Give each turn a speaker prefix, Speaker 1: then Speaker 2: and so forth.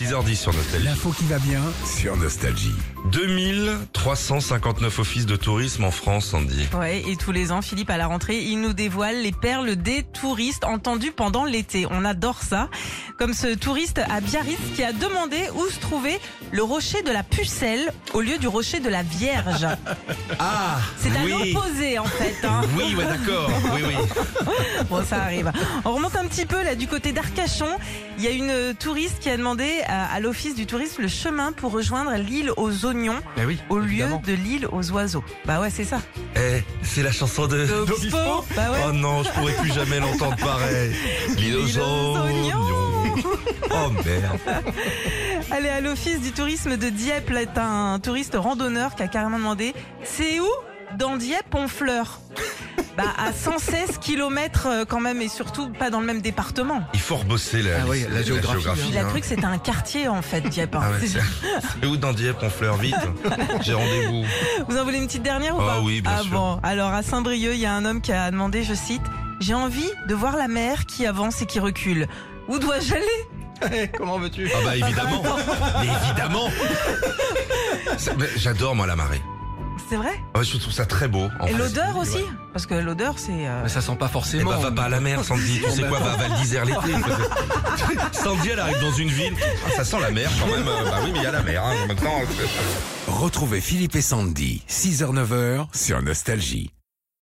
Speaker 1: 6h10 sur Nostalgie.
Speaker 2: L'info qui va bien
Speaker 3: sur Nostalgie.
Speaker 1: 2359 offices de tourisme en France, Sandy.
Speaker 4: Ouais, et tous les ans, Philippe, à la rentrée, il nous dévoile les perles des touristes entendus pendant l'été. On adore ça. Comme ce touriste à Biarritz qui a demandé où se trouvait le rocher de la Pucelle au lieu du rocher de la Vierge.
Speaker 1: Ah
Speaker 4: C'est à
Speaker 1: Oui,
Speaker 4: l'opposé, en fait. hein.
Speaker 1: oui ouais, d'accord. Oui, oui.
Speaker 4: Bon, ça arrive. On remonte un petit peu là du côté d'Arcachon. Il y a une euh, touriste qui a demandé à, à l'office du tourisme le chemin pour rejoindre l'île aux oignons
Speaker 1: Eh oui.
Speaker 4: au lieu de l'île aux oiseaux. Bah ouais, c'est ça.
Speaker 1: Eh, c'est la chanson de...
Speaker 4: De Obispo. Bah ouais.
Speaker 1: Oh non, je pourrais plus jamais l'entendre pareil. L'île aux
Speaker 4: L'île aux
Speaker 1: oignons. Oh merde.
Speaker 4: Allez, à l'office du tourisme de Dieppe, là, t'as un touriste randonneur qui a carrément demandé C'est où Dans Dieppe, on fleure. Bah, à 116 km euh, quand même, et surtout pas dans le même département.
Speaker 1: Il faut rebosser la,
Speaker 2: Ah oui, la géographie,
Speaker 4: Il a
Speaker 1: hein.
Speaker 4: cru que c'était un quartier en fait, Dieppe. hein.
Speaker 1: Ah ouais,
Speaker 4: C'est-
Speaker 1: c'est- c'est où dans Dieppe on fleure vite J'ai rendez-vous.
Speaker 4: Vous en voulez une petite dernière ou
Speaker 1: Ah
Speaker 4: pas
Speaker 1: oui, bien
Speaker 4: Ah
Speaker 1: sûr.
Speaker 4: bon, alors à Saint-Brieuc, il y a un homme qui a demandé, je cite, J'ai envie de voir la mer qui avance et qui recule. Où dois-je aller
Speaker 2: Comment veux-tu
Speaker 1: Ah bah évidemment. Mais évidemment. Ça- mais J'adore moi la marée. Ah
Speaker 4: C'est vrai
Speaker 1: Ouais, je trouve ça très beau. en
Speaker 4: Et
Speaker 1: fait.
Speaker 4: l'odeur aussi Parce que l'odeur, c'est. euh,
Speaker 2: Mais ça sent pas
Speaker 1: Eh
Speaker 2: forcément.
Speaker 1: bah, va pas à la mer, Sandy. Tu sais quoi, va à Val d'Isère l'été. Sandy, elle arrive dans une ville. Ah, ça sent la mer quand même. Euh, Bah oui, mais il y a la mer. hein. Maintenant, euh,
Speaker 3: Retrouvez Philippe et Sandy, 6h-9h sur Nostalgie.